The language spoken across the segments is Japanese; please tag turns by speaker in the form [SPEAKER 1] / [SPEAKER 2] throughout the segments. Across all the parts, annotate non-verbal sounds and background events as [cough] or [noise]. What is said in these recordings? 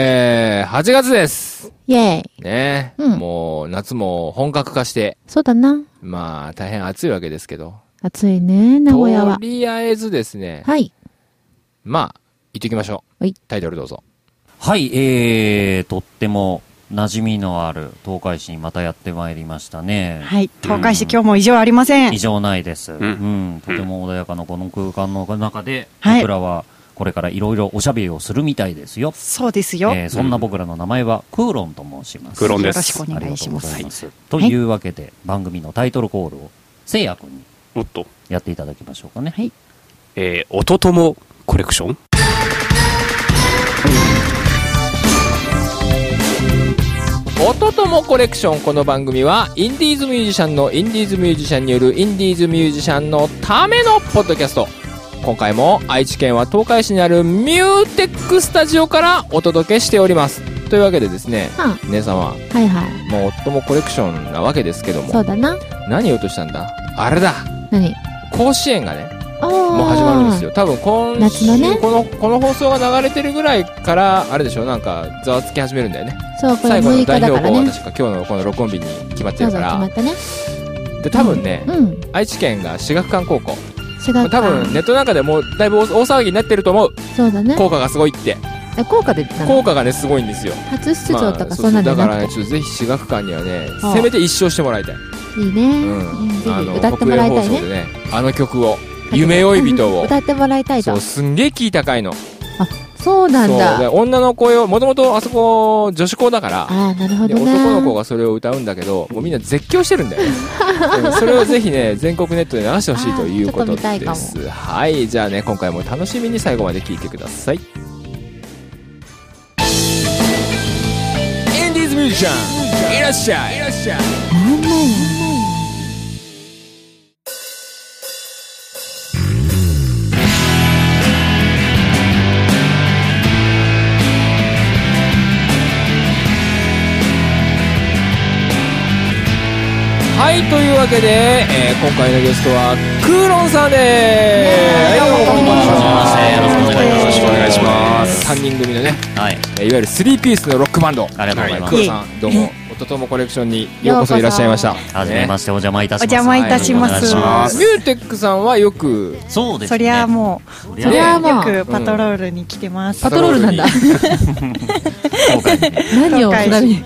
[SPEAKER 1] えー、8月です。
[SPEAKER 2] イェーイ。
[SPEAKER 1] ね、
[SPEAKER 2] うん
[SPEAKER 1] もう、夏も本格化して、
[SPEAKER 2] そうだな。
[SPEAKER 1] まあ、大変暑いわけですけど。
[SPEAKER 2] 暑いね、名古屋は
[SPEAKER 1] と。りあえずですね、
[SPEAKER 2] はい。
[SPEAKER 1] まあ、行ってきましょう。
[SPEAKER 2] はい
[SPEAKER 1] タイトルどうぞ。
[SPEAKER 3] はい、えー、とっても馴染みのある東海市にまたやってまいりましたね。
[SPEAKER 4] はい。東海市、今日も異常ありません
[SPEAKER 3] 異。常ないです、うんん。とても穏やかなこの空間の中で、
[SPEAKER 4] はい
[SPEAKER 3] 僕らはこれからいろいろおしゃべりをするみたいですよ。
[SPEAKER 4] そうですよ。
[SPEAKER 3] えーそんな僕らの名前はクーロンと申します。
[SPEAKER 5] クーロン
[SPEAKER 4] よ
[SPEAKER 5] で
[SPEAKER 4] ろし
[SPEAKER 5] す
[SPEAKER 4] くお。
[SPEAKER 3] あり
[SPEAKER 4] 願
[SPEAKER 3] が
[SPEAKER 4] い
[SPEAKER 3] と
[SPEAKER 4] し
[SPEAKER 3] うご
[SPEAKER 4] ま
[SPEAKER 3] ざ
[SPEAKER 4] す。
[SPEAKER 3] います。というわけで、番組のタイトルコールをせいやくんに
[SPEAKER 5] おっと。
[SPEAKER 3] やっていただきましょうかね。
[SPEAKER 2] はい。
[SPEAKER 5] えー、音ともコレクション
[SPEAKER 1] 音ともコレクションこの番組はインディーズミュージシャンのインディーズミュージシャンによるインディーズミュージシャンのためのポッドキャスト今回も愛知県は東海市にあるミューテックスタジオからお届けしておりますというわけでですね
[SPEAKER 2] は
[SPEAKER 1] 姉様
[SPEAKER 2] あ、はいはい。
[SPEAKER 1] もう夫もコレクションなわけですけど
[SPEAKER 2] そ
[SPEAKER 1] も
[SPEAKER 2] うだな。
[SPEAKER 1] 何言おうとしたんだあれだ
[SPEAKER 2] 何
[SPEAKER 1] 甲子園がね
[SPEAKER 2] おー。
[SPEAKER 1] もう始まるんですよ多分今週
[SPEAKER 2] 夏のね
[SPEAKER 1] このこの放送が流れてるぐらいからあれでしょなんかざわつき始めるんだよね
[SPEAKER 2] そう、これ
[SPEAKER 1] 最後
[SPEAKER 2] 6
[SPEAKER 1] の
[SPEAKER 2] 日だ
[SPEAKER 1] 代
[SPEAKER 2] か
[SPEAKER 1] 表
[SPEAKER 2] ら
[SPEAKER 1] 校は
[SPEAKER 2] ね。
[SPEAKER 1] 確か今日のこの録音日に決まって
[SPEAKER 2] そう
[SPEAKER 1] る
[SPEAKER 2] そ
[SPEAKER 1] から
[SPEAKER 2] う、決まったね。
[SPEAKER 1] で多分ね、
[SPEAKER 2] うん。
[SPEAKER 1] 愛知県が志学館高校
[SPEAKER 2] 違うか。
[SPEAKER 1] 多分ネットなんかでもうだいぶ大騒ぎになってると思う
[SPEAKER 2] そうだね。
[SPEAKER 1] 効果がすごいって
[SPEAKER 2] え効果で言ったの
[SPEAKER 1] 効果がねすごいんですよ
[SPEAKER 2] 初出場と
[SPEAKER 1] まあ
[SPEAKER 2] かそんな
[SPEAKER 1] うそうだ
[SPEAKER 2] のじゃ
[SPEAKER 1] か
[SPEAKER 2] な
[SPEAKER 1] らね
[SPEAKER 2] く
[SPEAKER 1] ちょっとぜひ志学館にはね
[SPEAKER 2] ああ
[SPEAKER 1] せめて一勝してもらいたい
[SPEAKER 2] て。いいね。うんぜ
[SPEAKER 1] あ
[SPEAKER 2] ひ
[SPEAKER 1] の
[SPEAKER 2] 歌ってもらいた
[SPEAKER 1] 国営放
[SPEAKER 2] い
[SPEAKER 1] 送
[SPEAKER 2] ね。
[SPEAKER 1] でねあの曲を「夢追い人を
[SPEAKER 2] [laughs] 歌ってもらいた」い
[SPEAKER 1] そ
[SPEAKER 2] と
[SPEAKER 1] う。すんげえキー高いの
[SPEAKER 2] そうなん
[SPEAKER 1] そうで
[SPEAKER 2] だ。
[SPEAKER 1] 女の声をもともとあそこ女子校だから
[SPEAKER 2] ああ、なるほ
[SPEAKER 1] で
[SPEAKER 2] どね。
[SPEAKER 1] 男の子がそれを歌うんだけどもうみんな絶叫してるん
[SPEAKER 2] [laughs]
[SPEAKER 1] だよねでもそれをぜひね全国ネットで流してほしいということ
[SPEAKER 2] あーちょ
[SPEAKER 1] で
[SPEAKER 2] っと
[SPEAKER 1] すはいじゃあね今回も楽しみに最後まで聞いてくださいインディーズミュージシャンいらっしゃいいらっしゃい
[SPEAKER 2] なんなんや
[SPEAKER 1] はいというわけで、えー今回のゲストはクーロンさんでーす
[SPEAKER 2] どうもこんにち
[SPEAKER 3] はよろしくお願いしますよろしくお願いし
[SPEAKER 5] ます
[SPEAKER 1] 3人組のね
[SPEAKER 3] はい。
[SPEAKER 1] えーいわゆる3ピースのロックバンド
[SPEAKER 3] ありがとうございます
[SPEAKER 1] クロさんどうもおとともコレクションにようこそいらっしゃいました
[SPEAKER 3] はじめまして、お邪魔いたします。
[SPEAKER 4] お邪魔いたします
[SPEAKER 3] はいお願いしま
[SPEAKER 1] ミ
[SPEAKER 3] す
[SPEAKER 1] ューテックさんはよく
[SPEAKER 3] そうですね。
[SPEAKER 4] そりゃあも、
[SPEAKER 3] そうり
[SPEAKER 4] そ
[SPEAKER 3] ゃ
[SPEAKER 4] り
[SPEAKER 3] あ
[SPEAKER 4] ゃあ
[SPEAKER 2] そりゃあもう
[SPEAKER 4] よくパトロールに来てます。
[SPEAKER 2] パトロールなんだ。
[SPEAKER 3] 今回ね
[SPEAKER 2] 何をそんなに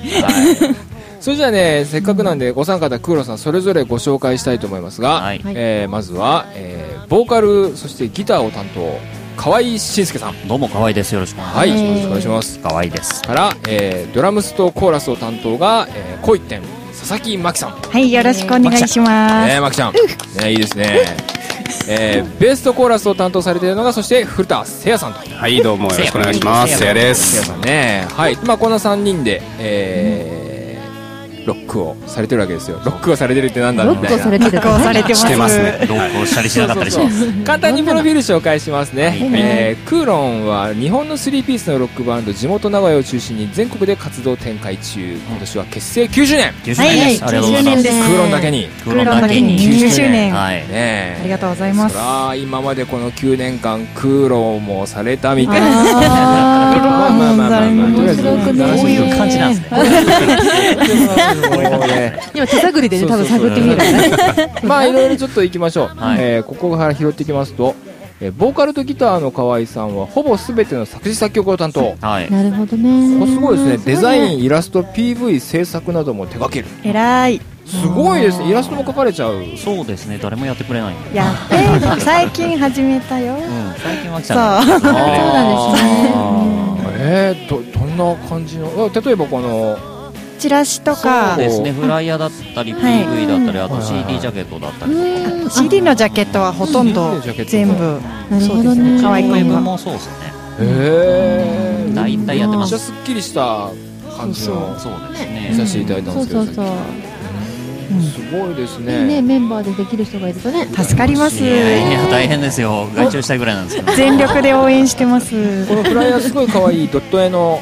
[SPEAKER 1] それじゃあねせっかくなんでご参加だクーロさんそれぞれご紹介したいと思いますが、
[SPEAKER 3] はい
[SPEAKER 1] えーまずは、えーボーカルそしてギターを担当河合慎介さん
[SPEAKER 3] どうも可愛いです。よろしくお願いし
[SPEAKER 1] はいよ
[SPEAKER 2] えー
[SPEAKER 1] ろしくお願いします
[SPEAKER 3] ます。可愛いです。
[SPEAKER 1] から、えードラムスとコーラスを担当が、えー、恋店佐々木真希さん
[SPEAKER 4] はい、よろしくお願いします。
[SPEAKER 1] ねえ、まきちゃん。ねいいですね。えー、ベースとコーラスを担当されているのが、そして古田聖也さんと。
[SPEAKER 5] はい、どうもよろしくお願いします。せやで
[SPEAKER 1] 聖也
[SPEAKER 5] す。
[SPEAKER 1] さんね。はい。まあ、この3人で、えー、ロックをされてるわけですよ。ロックをされてるってなんだ
[SPEAKER 2] ロ
[SPEAKER 1] み
[SPEAKER 2] ッ
[SPEAKER 1] た
[SPEAKER 2] ク
[SPEAKER 1] い
[SPEAKER 2] をさ
[SPEAKER 1] な。
[SPEAKER 2] れてた
[SPEAKER 4] 録音されてます。
[SPEAKER 5] してますね。
[SPEAKER 3] 同行したりしなかったりします。
[SPEAKER 1] 簡単にプロフィール紹介しますね、
[SPEAKER 2] い
[SPEAKER 1] えークーロンは日本のスリーピースのロックバンド地元名古屋を中心に全国で活動展開中今年は結成90年
[SPEAKER 3] 90年です。ありがとうございま
[SPEAKER 4] 90年
[SPEAKER 3] す。
[SPEAKER 4] です
[SPEAKER 1] クーロンだけに
[SPEAKER 3] クーロンだけに。
[SPEAKER 4] 90年。
[SPEAKER 3] はい。
[SPEAKER 1] ねえ
[SPEAKER 4] ありがとうございます
[SPEAKER 1] そら今までこの9年間苦労もされたみたいなまあ [laughs]
[SPEAKER 4] あー
[SPEAKER 1] まあまあまあまあとりあえ
[SPEAKER 2] 面
[SPEAKER 1] ず
[SPEAKER 2] 白くね
[SPEAKER 1] 楽しんでください
[SPEAKER 3] 感じなんですね。
[SPEAKER 1] もうね
[SPEAKER 2] 今手探りでね多分探ってみるからね
[SPEAKER 1] まあいろいろちょっといきましょう、
[SPEAKER 3] はい
[SPEAKER 1] えーここから拾っていきますと、えーボーカルとギターの河合さんはほぼ全ての作詞作曲を担当こ
[SPEAKER 3] はい。
[SPEAKER 2] なるほどね
[SPEAKER 1] れすごいですねデザイ
[SPEAKER 2] ン
[SPEAKER 1] ンイラスト PV 制作なども手掛ける
[SPEAKER 4] えらい。
[SPEAKER 1] すごいですねイラストも描かれちゃう
[SPEAKER 3] そうですね、誰もやってくれないんで。
[SPEAKER 4] やって、最近始めたよ。
[SPEAKER 3] うん、最近は来たんだけど
[SPEAKER 1] あ
[SPEAKER 3] やってくれない
[SPEAKER 1] ー
[SPEAKER 2] そうなん
[SPEAKER 1] えー、どどんな感じのあ例えばこの
[SPEAKER 4] チラシと
[SPEAKER 3] そう
[SPEAKER 4] か、
[SPEAKER 3] ですね、フライヤーだったり、
[SPEAKER 4] はい
[SPEAKER 3] PV だったり、あと
[SPEAKER 1] はいはいはい
[SPEAKER 3] CD ジャケットだったりとか。
[SPEAKER 2] うんあ
[SPEAKER 4] CD のジャケットはほとん
[SPEAKER 1] CD
[SPEAKER 4] ど
[SPEAKER 1] のジャケット
[SPEAKER 4] 全部、
[SPEAKER 2] なる
[SPEAKER 4] そ
[SPEAKER 2] ほ
[SPEAKER 4] うで
[SPEAKER 2] ど
[SPEAKER 4] す
[SPEAKER 2] ね
[SPEAKER 4] ね。可愛い
[SPEAKER 3] ライ
[SPEAKER 4] 子
[SPEAKER 3] ブ
[SPEAKER 4] も。
[SPEAKER 3] もそうですね。
[SPEAKER 1] えー、
[SPEAKER 3] 大体やっ
[SPEAKER 1] め
[SPEAKER 3] てま
[SPEAKER 1] っちゃ
[SPEAKER 3] す。
[SPEAKER 1] すっきりした感じの
[SPEAKER 3] そうです
[SPEAKER 1] 見
[SPEAKER 3] ね。
[SPEAKER 1] させていただいたん
[SPEAKER 2] そ
[SPEAKER 1] で
[SPEAKER 2] う
[SPEAKER 1] すけど
[SPEAKER 2] そうそう
[SPEAKER 1] すごいです
[SPEAKER 2] いいね
[SPEAKER 1] ね
[SPEAKER 2] メンバーでできる人がいるとね
[SPEAKER 4] 助かります。
[SPEAKER 3] いやいや、大変ですよ。外注したいぐらいなんですけど。
[SPEAKER 4] 全力で応援してます
[SPEAKER 1] こ。のフライヤーすごい可愛いドット絵の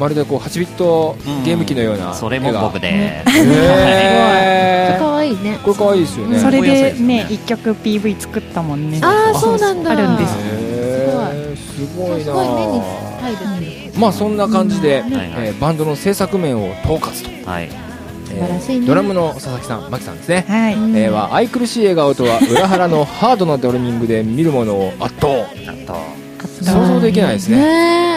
[SPEAKER 1] まるでこう8ビット
[SPEAKER 3] うん
[SPEAKER 1] ゲーム機のような絵が
[SPEAKER 3] それも僕で。
[SPEAKER 1] えー、
[SPEAKER 2] 可愛いね
[SPEAKER 1] これ可愛いですよね
[SPEAKER 4] それ
[SPEAKER 3] 覚えや
[SPEAKER 4] です
[SPEAKER 3] いで
[SPEAKER 4] ね
[SPEAKER 3] すね
[SPEAKER 4] 一曲 PV 作ったもんね
[SPEAKER 2] あーそうなんだ
[SPEAKER 4] あるんです
[SPEAKER 1] えー、すごいな
[SPEAKER 2] すごい目に入いですね。
[SPEAKER 1] まあそんな感じで、
[SPEAKER 2] うん
[SPEAKER 3] はいはい
[SPEAKER 1] えーバンドの制作面を統括と、
[SPEAKER 3] はい。
[SPEAKER 2] 素晴らしいね
[SPEAKER 1] ドラムの佐々木さん真木さんですね、
[SPEAKER 4] はい。
[SPEAKER 2] うん
[SPEAKER 1] えーは愛くるしい笑顔とは裏腹のハードなドラミングで見るものを圧倒
[SPEAKER 3] あと、
[SPEAKER 1] 想像できないですね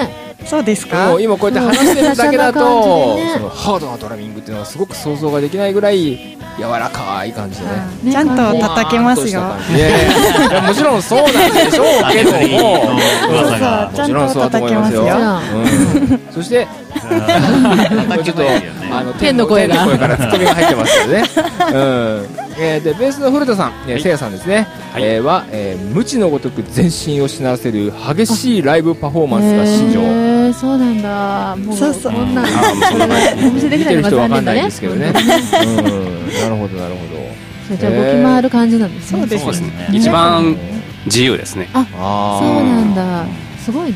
[SPEAKER 2] ね
[SPEAKER 4] そうです
[SPEAKER 1] でも
[SPEAKER 4] か
[SPEAKER 1] う。今こうやって話してるだけだと、
[SPEAKER 2] うん華奢な感じでね
[SPEAKER 1] そのハードなドラミングっていうのはすごく想像ができないぐらい柔らかい感じでね、
[SPEAKER 2] え
[SPEAKER 4] ちゃんと
[SPEAKER 2] ね
[SPEAKER 4] 叩けますよ。
[SPEAKER 1] わーっとした感じでいやいやもちろんそうなんでしょう [laughs] けども
[SPEAKER 3] の噂が
[SPEAKER 4] そう
[SPEAKER 1] もちろんそうだと思いますよ
[SPEAKER 4] ち
[SPEAKER 2] ゃんと叩
[SPEAKER 1] うんそして
[SPEAKER 3] 叩
[SPEAKER 1] ちょ
[SPEAKER 3] け
[SPEAKER 1] っと
[SPEAKER 3] ないよね。
[SPEAKER 1] あの
[SPEAKER 2] 天の声が
[SPEAKER 1] 天からツッコミが入ってますよ
[SPEAKER 5] [laughs]
[SPEAKER 1] ね。うん。えーでベースの古田さん、えーせいやさんですね。
[SPEAKER 5] はい
[SPEAKER 1] えーは、えー無知のごとく全身をしならせる激しいライブパフォーマンスが至上。
[SPEAKER 2] へーそうなんだ。もう
[SPEAKER 4] そうそう
[SPEAKER 2] こんなん
[SPEAKER 5] あーもうそんな感じ
[SPEAKER 2] お見せで
[SPEAKER 1] 見
[SPEAKER 2] きな
[SPEAKER 1] て
[SPEAKER 2] い
[SPEAKER 1] る
[SPEAKER 2] のが
[SPEAKER 1] 人わか
[SPEAKER 2] 残念
[SPEAKER 1] ん
[SPEAKER 2] だ
[SPEAKER 1] ない
[SPEAKER 2] ね。
[SPEAKER 1] ですけど
[SPEAKER 2] [laughs]
[SPEAKER 1] ね。うん。なるほどなるほ
[SPEAKER 2] そうじゃあ動き回る感じなんですね。
[SPEAKER 4] そうです
[SPEAKER 5] そうです
[SPEAKER 3] そう
[SPEAKER 5] ね
[SPEAKER 3] ですね
[SPEAKER 5] 一
[SPEAKER 1] ど。
[SPEAKER 5] 番自由ですね
[SPEAKER 1] あ
[SPEAKER 2] そ
[SPEAKER 1] ー
[SPEAKER 2] うなんだ。すごいね。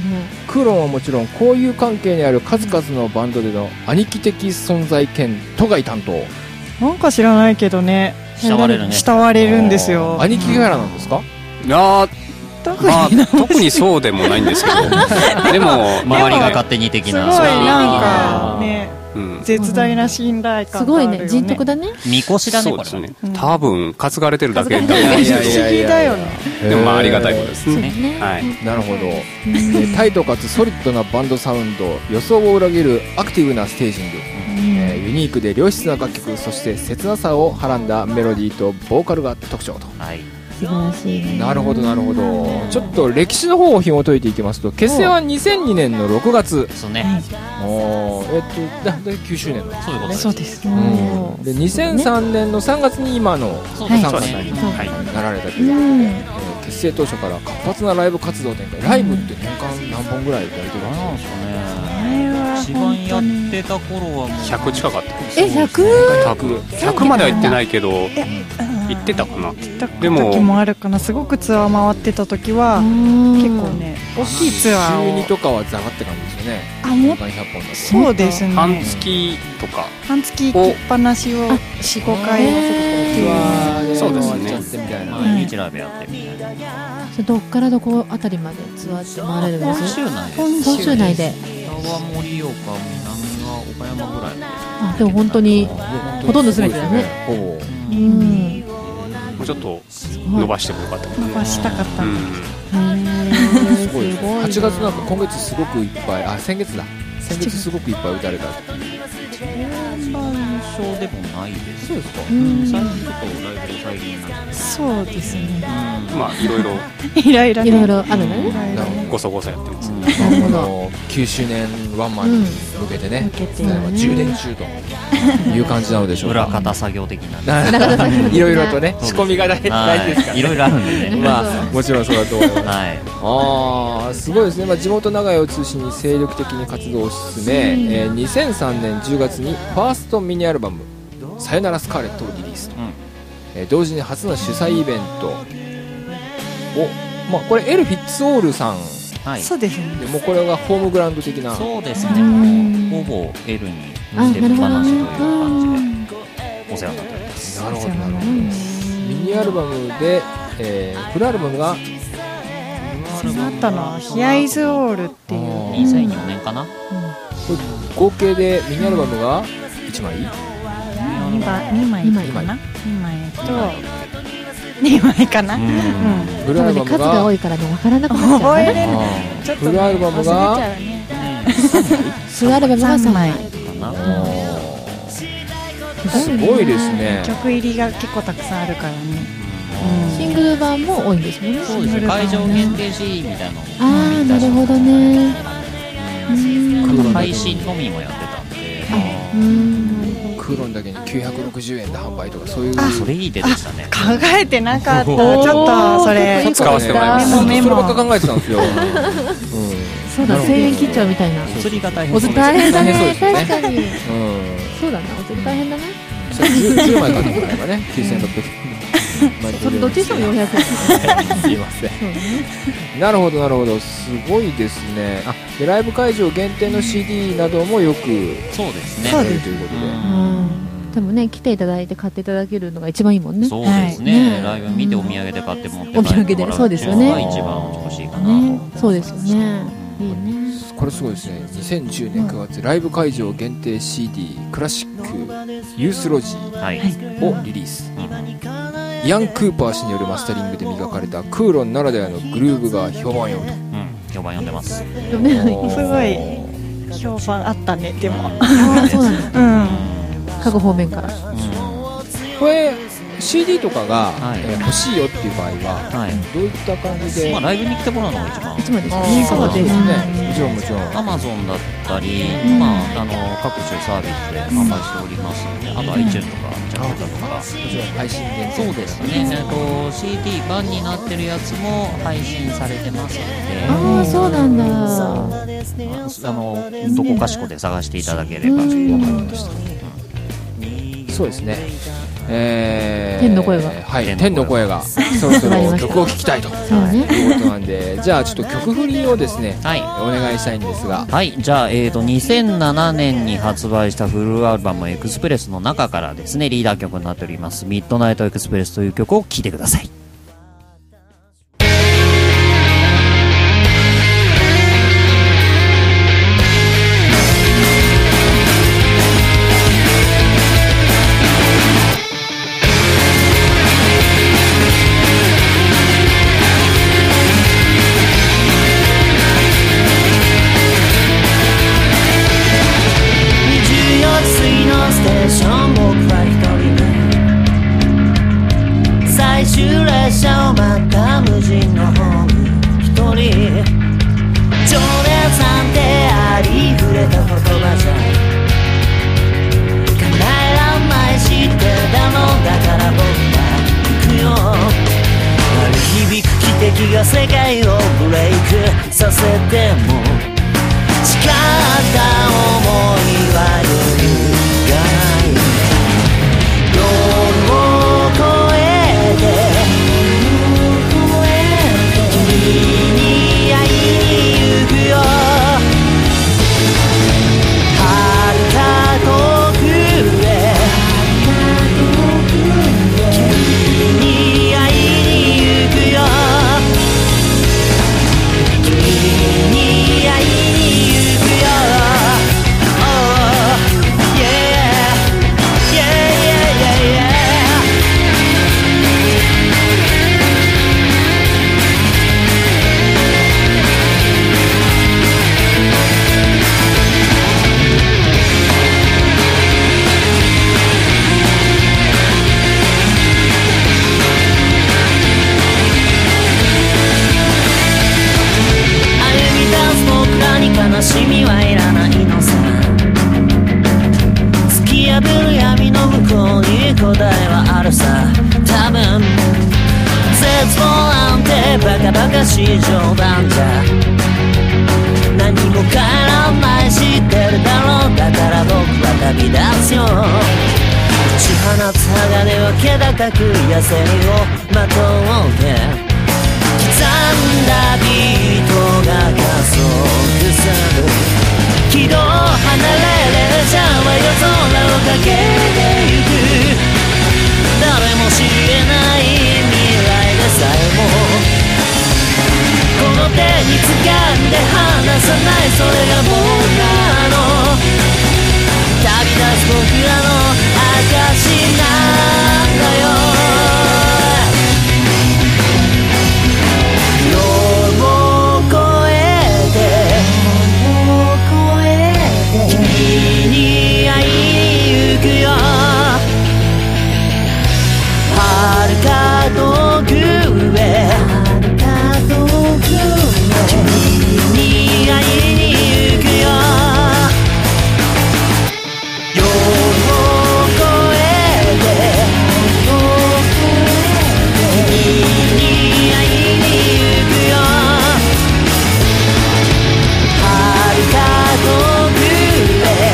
[SPEAKER 1] クーロンはもちろん交友関係にある数々のバンドでの兄貴的存在兼都外担当
[SPEAKER 4] なんか知らないけどね。
[SPEAKER 3] 慕われるね。
[SPEAKER 4] 慕われるんですよ。
[SPEAKER 1] 兄貴柄なんですか
[SPEAKER 5] あ
[SPEAKER 4] 特に
[SPEAKER 5] まあ特にそうでもないんですけどでも
[SPEAKER 3] 周りが勝手
[SPEAKER 5] 手
[SPEAKER 3] に的
[SPEAKER 4] すごい
[SPEAKER 3] な。
[SPEAKER 4] なんかね、
[SPEAKER 5] うん
[SPEAKER 4] 絶大な信頼
[SPEAKER 2] す
[SPEAKER 4] 感が
[SPEAKER 2] ご
[SPEAKER 4] ある
[SPEAKER 2] い
[SPEAKER 4] よね。
[SPEAKER 2] ね。人徳だね。
[SPEAKER 3] みこしだね、
[SPEAKER 5] そう
[SPEAKER 3] こ
[SPEAKER 5] で
[SPEAKER 3] れ
[SPEAKER 5] す
[SPEAKER 3] は。
[SPEAKER 5] ね
[SPEAKER 4] うん
[SPEAKER 5] 多分担がれてるだけだと思う
[SPEAKER 4] 担
[SPEAKER 5] んで
[SPEAKER 4] がれてる
[SPEAKER 5] すけ
[SPEAKER 4] やいやいやいや不思議だよね
[SPEAKER 5] どでもまあありがたいことです
[SPEAKER 2] そう
[SPEAKER 5] ね
[SPEAKER 2] ね。
[SPEAKER 5] はい
[SPEAKER 1] なるほど
[SPEAKER 2] うん
[SPEAKER 1] えータイトかつソリッドなバンドサウンド予想を裏切るアクティブなステージング、えーユニークで良質な楽曲そして切なさをはらんだメロディーとボーカルが特徴と
[SPEAKER 3] はい。
[SPEAKER 2] 素晴らしいね。
[SPEAKER 1] なるほどなるほどちょっと歴史の方を紐解いていきますと結成は2002年の6月
[SPEAKER 3] そうね。
[SPEAKER 1] おーえっとだだい9周年なんです
[SPEAKER 3] そういうことです
[SPEAKER 4] そう。です。
[SPEAKER 2] うん
[SPEAKER 1] で2003年の3月に今の
[SPEAKER 3] そう
[SPEAKER 2] はい
[SPEAKER 3] そ
[SPEAKER 1] 参
[SPEAKER 3] うで
[SPEAKER 1] 加
[SPEAKER 3] す
[SPEAKER 1] 者に
[SPEAKER 3] ね。
[SPEAKER 5] はい
[SPEAKER 1] なられたと
[SPEAKER 2] う
[SPEAKER 1] いう、
[SPEAKER 2] ん
[SPEAKER 1] えー結成当初から活発なライブ活動展開ライブって年間何本ぐらいやられてるんですか
[SPEAKER 3] なんですか
[SPEAKER 4] れは
[SPEAKER 3] ね。一番やってた頃はもう。
[SPEAKER 5] 100近かった
[SPEAKER 2] え、100?
[SPEAKER 5] 多分100までは行ってないけど行ってたかな
[SPEAKER 4] だっ
[SPEAKER 5] で
[SPEAKER 4] た
[SPEAKER 5] も
[SPEAKER 4] 時もあるかな。すごくツアー回ってた時は、
[SPEAKER 2] 結
[SPEAKER 4] 結構。ね、大きいツア
[SPEAKER 1] 週
[SPEAKER 4] ー
[SPEAKER 1] に
[SPEAKER 4] を。
[SPEAKER 1] とかはザガって感じですよね
[SPEAKER 4] あ、も
[SPEAKER 1] 年
[SPEAKER 4] っ
[SPEAKER 1] 間100本だと
[SPEAKER 4] そうですね。
[SPEAKER 5] 半月とか
[SPEAKER 4] 半月行きっぱなしを4、5回っていう。
[SPEAKER 5] そうですね
[SPEAKER 1] 終わっちゃってみたいな
[SPEAKER 3] 毎日ライブやってみたいな。
[SPEAKER 2] それどっからどこあたりまでツアーって回れるんで
[SPEAKER 3] 今
[SPEAKER 2] す
[SPEAKER 3] 週なんです。
[SPEAKER 2] 本州内で。
[SPEAKER 3] 北は盛岡、南が岡山ぐらいま
[SPEAKER 2] あ、でも本当に。ほとんど全てだね
[SPEAKER 1] ほぼ
[SPEAKER 2] う
[SPEAKER 3] で。
[SPEAKER 2] ん。
[SPEAKER 5] もうちょっと
[SPEAKER 2] ごい
[SPEAKER 5] 伸ばしてもよかったかな
[SPEAKER 4] 伸ばしたかっ
[SPEAKER 5] う
[SPEAKER 4] た。
[SPEAKER 5] ん
[SPEAKER 1] す
[SPEAKER 2] す
[SPEAKER 1] ごいですね8月なんか
[SPEAKER 2] こ
[SPEAKER 1] 今月すごくいっぱいあ先月だ先月すごくいっぱい打たれた
[SPEAKER 3] そんな印象でもないです。
[SPEAKER 1] うですか
[SPEAKER 3] うん最近ちょっとライブで最近なんか
[SPEAKER 4] そうですね。
[SPEAKER 5] まあいろいろ
[SPEAKER 4] イライ
[SPEAKER 2] い
[SPEAKER 4] ラね
[SPEAKER 2] ろいろあるんだね
[SPEAKER 4] イライ
[SPEAKER 1] な
[SPEAKER 4] ラ
[SPEAKER 1] るほ
[SPEAKER 5] ごそごそやってます
[SPEAKER 2] なるほ
[SPEAKER 1] あ
[SPEAKER 2] ど
[SPEAKER 1] の9周年ワンマンに向けてね、
[SPEAKER 2] 向けて
[SPEAKER 1] ただいま充電中という感じなのでしょう
[SPEAKER 3] 裏
[SPEAKER 1] か
[SPEAKER 3] 方作業的な。
[SPEAKER 1] [laughs] いろいろとね
[SPEAKER 3] そう
[SPEAKER 1] 仕
[SPEAKER 3] です
[SPEAKER 1] 込みが大大事ですから
[SPEAKER 3] はいいろいろあるんでね。
[SPEAKER 1] まあもちろんそうだと思います
[SPEAKER 3] はい。
[SPEAKER 1] あーすごいですね、まあ、地元長屋を中心に精力的に活動を進め、えー2003年10月にファーストミニアルバム「さよならスカーレット」をリリースと、
[SPEAKER 3] うん
[SPEAKER 1] えー同時に初の主催イベントを、まあ、これエル・フィッツオールさん
[SPEAKER 3] はい。
[SPEAKER 4] そうですね。
[SPEAKER 1] でもうこれがホームグラウンド的な
[SPEAKER 3] そうですね、もうほぼ L にしてる話という感じでお世話になっております。
[SPEAKER 1] なるほどなるほどミニアルバムで、えーフルアルバムが
[SPEAKER 4] その後のヒアイズオールっていう
[SPEAKER 1] あー
[SPEAKER 3] 2004年かな、
[SPEAKER 1] これ合計でミニアルバムが1枚
[SPEAKER 4] 2枚二枚
[SPEAKER 2] 二枚
[SPEAKER 4] かな2枚と2枚かな、うん
[SPEAKER 1] フル
[SPEAKER 2] 多
[SPEAKER 1] アル
[SPEAKER 2] 分
[SPEAKER 1] バム
[SPEAKER 2] ね数が
[SPEAKER 1] が
[SPEAKER 2] 多いからね分からなくなっちゃう
[SPEAKER 4] 覚
[SPEAKER 2] ね
[SPEAKER 4] えれる
[SPEAKER 1] あー
[SPEAKER 4] ちょっと
[SPEAKER 1] フルアルバムが
[SPEAKER 2] フルアルバムが3枚
[SPEAKER 3] うん、かな、
[SPEAKER 1] すごいですね。
[SPEAKER 4] 曲入りが結構たくさんあるからね、うん
[SPEAKER 2] シングル版も多いんですもんね
[SPEAKER 3] そうですね会場限定シーンみたいなのも
[SPEAKER 2] あーなるほどねうん
[SPEAKER 1] ー
[SPEAKER 3] 配信のみもやってたんで、
[SPEAKER 2] うんなるほ
[SPEAKER 1] クーロンだけに960円で販売とかそういう
[SPEAKER 3] それいい手でしたね
[SPEAKER 4] 考えてなかったちょ
[SPEAKER 1] お
[SPEAKER 2] ー
[SPEAKER 4] っとそれ
[SPEAKER 2] ちょっ
[SPEAKER 5] 使わせてもらいます
[SPEAKER 4] メモメモ
[SPEAKER 1] そればっか考えてたんですよ、うん、
[SPEAKER 2] どそうだ1000円切っちゃうみたいな
[SPEAKER 3] 釣りが大
[SPEAKER 2] お
[SPEAKER 3] 変
[SPEAKER 2] ず
[SPEAKER 3] うです
[SPEAKER 2] 大変だ
[SPEAKER 1] そうで
[SPEAKER 2] ね
[SPEAKER 1] すね
[SPEAKER 2] 確かに
[SPEAKER 1] うん、
[SPEAKER 2] そうだなおず大変だね
[SPEAKER 1] それ 10, 10枚買ってもらえばね9600円
[SPEAKER 2] それどっちにしても400円 [laughs]
[SPEAKER 1] すいませんなるほどなるほどすごいですねあでライブ会場限定の CD などもよく
[SPEAKER 3] そうです
[SPEAKER 1] やら
[SPEAKER 3] ね
[SPEAKER 1] れるということで
[SPEAKER 2] うんでもね来ていただいて買っていただけるのが一番いいもんね
[SPEAKER 3] そうです
[SPEAKER 2] はい
[SPEAKER 3] ね、
[SPEAKER 2] ね
[SPEAKER 3] ライブ見てお土産で買って持って帰ってもらう
[SPEAKER 2] お土産でそうですよね
[SPEAKER 3] っていのが一番美しいかなと、
[SPEAKER 2] ねそうですよねいいね
[SPEAKER 1] すこれすごいですね2010年9月ライブ会場限定 CD クラシックユースロジー
[SPEAKER 3] はい、
[SPEAKER 1] をリリースヤン・クーパー氏によるマスタリングで磨かれたクーロンならではのグルーブが評判よと
[SPEAKER 3] うん、評判読んでます。うん
[SPEAKER 2] 読めない
[SPEAKER 4] すごい評判あったねでも
[SPEAKER 2] ああそうなんだ
[SPEAKER 4] うん
[SPEAKER 2] 各方面から
[SPEAKER 1] これ CD とかが、
[SPEAKER 3] はい
[SPEAKER 1] えー欲しいよっていう場合は
[SPEAKER 3] はい。
[SPEAKER 1] どういった感じで、
[SPEAKER 3] まあライブに来てもらうのが一番。
[SPEAKER 2] 一枚です
[SPEAKER 1] あ
[SPEAKER 2] よ
[SPEAKER 1] ー
[SPEAKER 2] ね
[SPEAKER 4] そうです
[SPEAKER 1] もちろんもちろん
[SPEAKER 3] アマゾンだったり、まああの各種サービスで販売しておりますので、あと iTunes とか Jakarta とか。
[SPEAKER 1] もちろん配信限定
[SPEAKER 3] そうですね。えっと CD 版になってるやつも配信されてますの
[SPEAKER 2] ああそうなんだ
[SPEAKER 3] で、まああのどこかしこで探していただければ。
[SPEAKER 2] うん
[SPEAKER 1] そうですね、えー
[SPEAKER 2] 天の声が
[SPEAKER 1] はい天
[SPEAKER 3] 天
[SPEAKER 1] の
[SPEAKER 3] の
[SPEAKER 1] 声
[SPEAKER 3] 声
[SPEAKER 1] がそろそ
[SPEAKER 2] [laughs] なり
[SPEAKER 1] ろ
[SPEAKER 2] ました
[SPEAKER 1] 曲を聴きたいと
[SPEAKER 2] そうね
[SPEAKER 1] いうことなんでじゃあちょっと曲振りをですね
[SPEAKER 3] はい。
[SPEAKER 1] お願いしたいんですが
[SPEAKER 3] はい、じゃあ、えー、と2007年に発売したフルアルバム「エクスプレス」の中からですねリーダー曲になっております「ミッドナイトエクスプレス」という曲を聴いてください
[SPEAKER 6] 24時のステーション僕は一人で最終列車を待った無人のホーム一人情熱なんてありふれた言葉じゃ叶えらんない知ってたもんだから僕は行くよ鳴り響く汽笛が世界をブレイクさせても誓った想いは揺るがいない夜を越えて君に会いに行くよ遥か遠くへ君に会いに行くよ君に会いに行くよ Oh, yeah, yeah, yeah, yeah, yeah. 歩み出す僕らに悲しみはいらないのさ突き破る闇の向こうに答えはあるさ多分絶望なんてバカバカしい冗談じゃ何も変えらんない知ってるだろうだから僕は旅立つよ打ち放つ鋼は気高く野生をまとうて刻んだビートが加速する軌道離れ列車は夜空を駆けてゆく誰も知れない未来でさえもこの手に掴んで離さないそれが僕らの旅立つ僕らの証なんだよ夜を越えて君に会いに行くよ遥か遠くへ君に会いに行くよ夜を越えて君に会いに行くよ」「遥か遠くへ」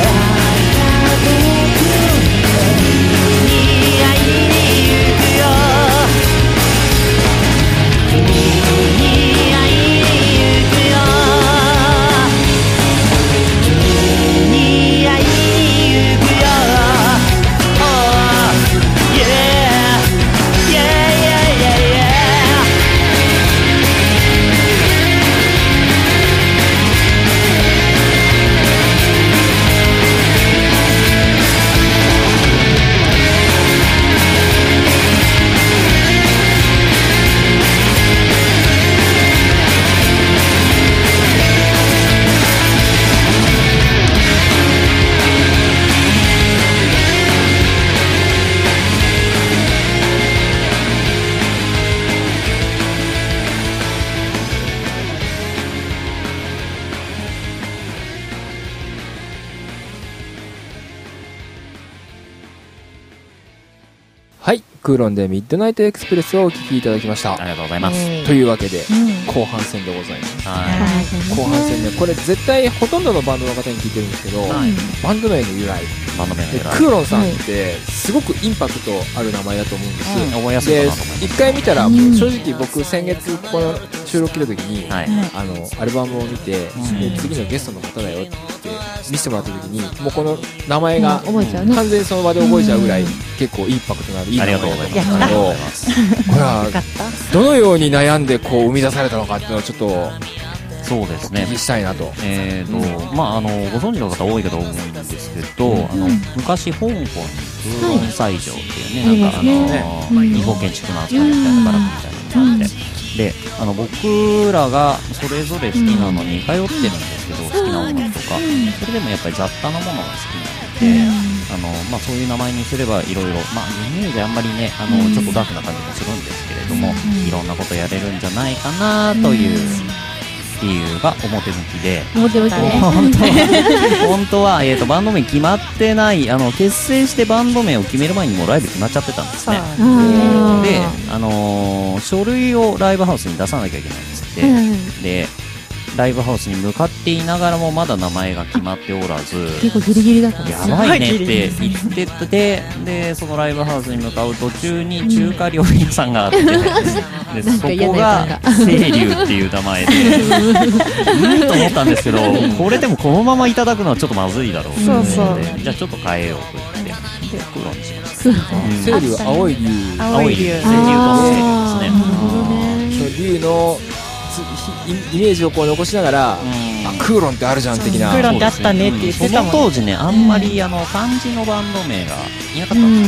[SPEAKER 1] はい、クーロンでミッドナイトエクスプレスをお聞きいただきました
[SPEAKER 3] あ。りがとうございます。
[SPEAKER 2] ええ
[SPEAKER 1] というわけで、
[SPEAKER 2] うん
[SPEAKER 1] 後半戦でございます。
[SPEAKER 3] はい。
[SPEAKER 1] 後半戦ね、これ絶対ほとんどのバンドの方に聞いてるんですけど、
[SPEAKER 3] はい
[SPEAKER 1] バンド名の由来。
[SPEAKER 3] バンド名
[SPEAKER 1] で
[SPEAKER 3] の
[SPEAKER 1] ク
[SPEAKER 3] 選
[SPEAKER 1] ーロンさんって、すごくインパクトある名前だと思うんです。
[SPEAKER 3] び。覚えやすいか
[SPEAKER 1] で
[SPEAKER 3] なと思います。
[SPEAKER 1] 一回見たら、
[SPEAKER 2] うん
[SPEAKER 1] 正直僕先月ここの収録来た時に、
[SPEAKER 3] はい。
[SPEAKER 1] あのアルバムを見て、
[SPEAKER 3] うん
[SPEAKER 1] で次のゲストの方だよって見せてもらった時にもうこの名前が
[SPEAKER 2] うん覚えちゃうね
[SPEAKER 1] 完全にその場で覚えちゃうぐらい
[SPEAKER 2] うん
[SPEAKER 1] 結構インパクトのあるいい
[SPEAKER 3] あ
[SPEAKER 1] 名
[SPEAKER 3] り
[SPEAKER 1] 前
[SPEAKER 3] が
[SPEAKER 1] だ
[SPEAKER 3] とうございます。
[SPEAKER 1] と
[SPEAKER 3] あ
[SPEAKER 1] 思うん
[SPEAKER 3] りが
[SPEAKER 1] ですけ
[SPEAKER 3] とうございます。
[SPEAKER 1] どほら
[SPEAKER 4] かった。
[SPEAKER 1] どのように悩んでこう生み出されたのかっていうのはちょっとお
[SPEAKER 3] そうですね
[SPEAKER 1] 聞。きしたいなと、
[SPEAKER 3] えーとまあ、あのご存知の方多いかと思うんですけど、あの昔、香港に風雲斎場っていうね、
[SPEAKER 2] はい
[SPEAKER 3] なんかあの、
[SPEAKER 2] いいです
[SPEAKER 1] ね
[SPEAKER 3] まあ日本建築の扱いみたいなバラックみたいなのがあって、であの僕らがそれぞれ好きなのに通ってるんですけど、好きな音楽とか、それでもやっぱり雑多なものが好きなので。あのまあ、そういう名前にすればいろいろ、まあ、イメージあんまりねあの、ちょっとダークな感じもするんですけれども、いろんなことやれるんじゃないかなという理由が表向きで、
[SPEAKER 2] モテモテね
[SPEAKER 3] 本当は [laughs] 本当は、えー、とバンド名決まってないあの結成してバンド名を決める前にもうライブ決まっちゃってたんですね
[SPEAKER 2] あー
[SPEAKER 3] で、あのー書類をライブハウスに出さなきゃいけないんですって、
[SPEAKER 2] うんうん
[SPEAKER 3] でライブハウスに向かっていながらもまだ名前が決まっておらず
[SPEAKER 2] 結構ギリギリだったんで
[SPEAKER 3] や
[SPEAKER 2] すよ
[SPEAKER 3] ばいねって言っててでそのライブハウスに向かう途中に中華料理屋さんがあ
[SPEAKER 2] [laughs]
[SPEAKER 3] ってで
[SPEAKER 2] なん
[SPEAKER 3] そ
[SPEAKER 2] か嫌
[SPEAKER 3] こ
[SPEAKER 2] な予感
[SPEAKER 3] が
[SPEAKER 2] が
[SPEAKER 3] 清流っていう名前で [laughs] うんと思ったんですけどこれでもこのままいただくのはちょっとまずいだろうと思って
[SPEAKER 4] そうそう
[SPEAKER 3] じゃあちょっと変えようと言ってで黒にしまし
[SPEAKER 2] そう
[SPEAKER 3] た、うん
[SPEAKER 1] セールは青い竜
[SPEAKER 4] 青
[SPEAKER 3] 青い
[SPEAKER 4] い
[SPEAKER 3] 龍清
[SPEAKER 4] 龍
[SPEAKER 3] 流と清
[SPEAKER 2] あー
[SPEAKER 3] 流
[SPEAKER 2] な
[SPEAKER 3] ですね
[SPEAKER 2] るほどね
[SPEAKER 1] その竜のつイイメージをこう残しながら、
[SPEAKER 3] うん
[SPEAKER 1] あクーロンってあるじゃん的な
[SPEAKER 4] そうクーロンってあったねって言ってたもんね
[SPEAKER 3] その当時ねあんまりあの漢字のバンド名がいなかったんで